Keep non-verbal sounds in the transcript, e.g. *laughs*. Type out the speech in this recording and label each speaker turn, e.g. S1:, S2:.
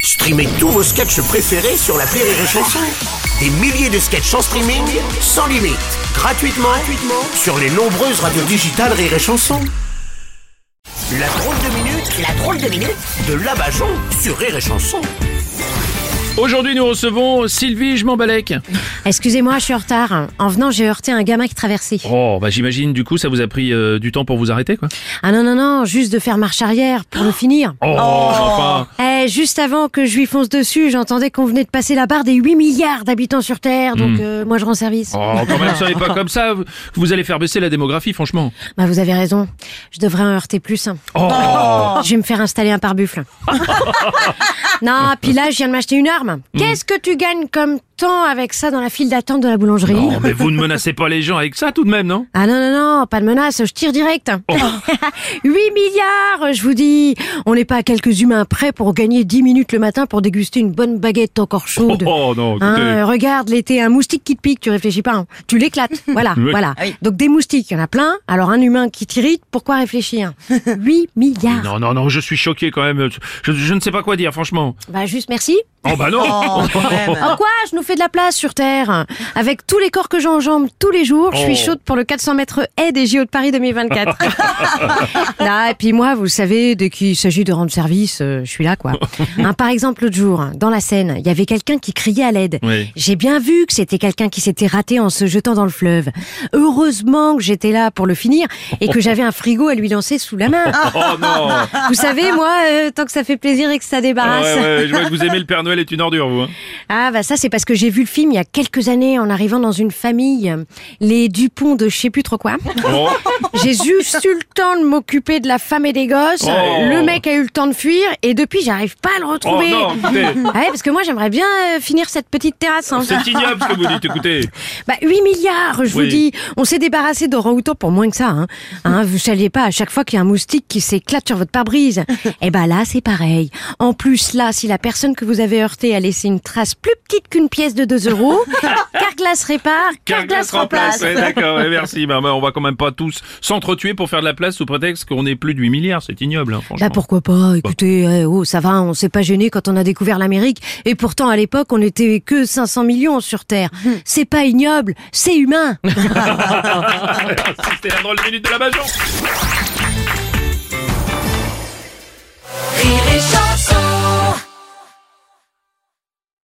S1: Streamez tous vos sketchs préférés sur la Rire et Chanson. Des milliers de sketchs en streaming, sans limite, gratuitement, gratuitement sur les nombreuses radios digitales Rire et Chanson. La drôle de minute, la drôle de minute de Labajon sur Rire et Chanson.
S2: Aujourd'hui, nous recevons Sylvie Jmambalek.
S3: Excusez-moi, je suis en retard. En venant, j'ai heurté un gamin qui traversait.
S2: Oh, bah j'imagine, du coup, ça vous a pris euh, du temps pour vous arrêter, quoi.
S3: Ah non, non, non, juste de faire marche arrière pour le finir.
S2: Oh, enfin
S3: Eh, juste avant que je lui fonce dessus, j'entendais qu'on venait de passer la barre des 8 milliards d'habitants sur Terre, donc euh, moi je rends service.
S2: Hmm. Oh, quand même, soyez pas comme ça, vous, vous allez faire baisser la démographie, franchement.
S3: Bah, vous avez raison, je devrais en heurter plus.
S2: Oh,
S3: Je vais me faire installer
S2: *laughs*
S3: un pare-buffle. non, puis là, je viens de m'acheter une arme.
S2: Hmm.
S3: Qu'est-ce que tu gagnes comme temps avec ça dans la file d'attente de la boulangerie
S2: non, Oh, mais vous ne menacez pas les gens avec ça, tout de même, non
S3: Ah non, non, non, pas de menace, je tire direct.
S2: Oh.
S3: *laughs* 8 milliards, je vous dis. On n'est pas à quelques humains près pour gagner 10 minutes le matin pour déguster une bonne baguette encore
S2: oh,
S3: chaude.
S2: oh, non,
S3: Hein,
S2: écoutez.
S3: euh, regarde l'été, un moustique qui te pique, tu réfléchis pas, hein. tu l'éclates.
S2: *laughs*
S3: Voilà,
S2: Oui.
S3: voilà. Donc des moustiques, il y en a plein. Alors un humain qui t'irrite, pourquoi réfléchir 8 milliards.
S2: Non, non, non, je suis choqué quand même. Je, je ne sais pas quoi dire, franchement.
S3: Bah juste merci.
S2: Oh, bah non
S4: Oh, quand même.
S2: Ah.
S3: En quoi je nous fais de la place sur Terre Avec tous les corps que j'enjambe tous les jours, je suis
S2: Oh.
S3: chaude pour le 400 mètres haie des JO de Paris
S2: *laughs*
S3: 2024. Ah, et puis moi, vous savez, dès qu'il s'agit de rendre service, euh, je suis
S2: *laughs*
S3: là, quoi. Hein, par exemple, l'autre jour, dans la Seine, il y avait quelqu'un qui criait à l'aide.
S2: *laughs* Oui.
S3: J'ai bien vu que c'était quelqu'un qui s'était raté en se jetant dans le fleuve. Heureusement que j'étais là pour le finir et que j'avais un frigo à lui lancer sous la
S2: *laughs*
S3: main.
S2: Oh, non
S3: Vous savez, moi, euh, tant que ça fait plaisir et que ça
S2: Ah,
S3: débarrasse.
S2: ouais, ouais, Je vois que vous aimez le Père Noël est une ordure, vous. hein.
S3: Ah bah ça c'est parce que j'ai vu le film il y a quelques années en arrivant dans une famille, euh, les Dupont de je sais plus
S2: *laughs*
S3: trop quoi.
S2: Oh,
S3: J'ai juste eu le temps de m'occuper de la femme et des gosses,
S2: Oh.
S3: le mec a eu le temps de fuir et depuis j'arrive pas à le
S2: oh,
S3: retrouver.
S2: non, écoutez.
S3: Ah ouais, parce que moi j'aimerais bien euh, finir cette petite terrasse. hein.
S2: C'est ignoble ce que vous dites, écoutez.
S3: Bah 8 milliards, je vous
S2: Oui.
S3: dis. On s'est débarrassé d'orang-outans pour moins que ça. Hein. Hein, vous saviez pas à chaque fois qu'il y a un moustique qui s'éclate sur votre pare-brise. Eh bah là, c'est pareil. En plus, là, si la personne que vous avez heurtée a laissé une trace plus petite qu'une pièce de 2 euros, Carglass répare, Carglass remplace.
S2: Ouais, D'accord, ouais, merci. Bah, bah, on va quand même pas tous s'entretuer pour faire de la place sous prétexte qu'on est plus de 8 milliards. C'est ignoble, hein, franchement.
S3: Bah pourquoi pas Écoutez, eh, oh, ça va, on s'est pas gêné quand on a découvert l'Amérique. Et pourtant, à l'époque, on n'était que 500 millions sur Terre. C'est pas ignoble, c'est humain.
S2: C'était la drôle de minute de la Bajon.
S5: Rire et chanson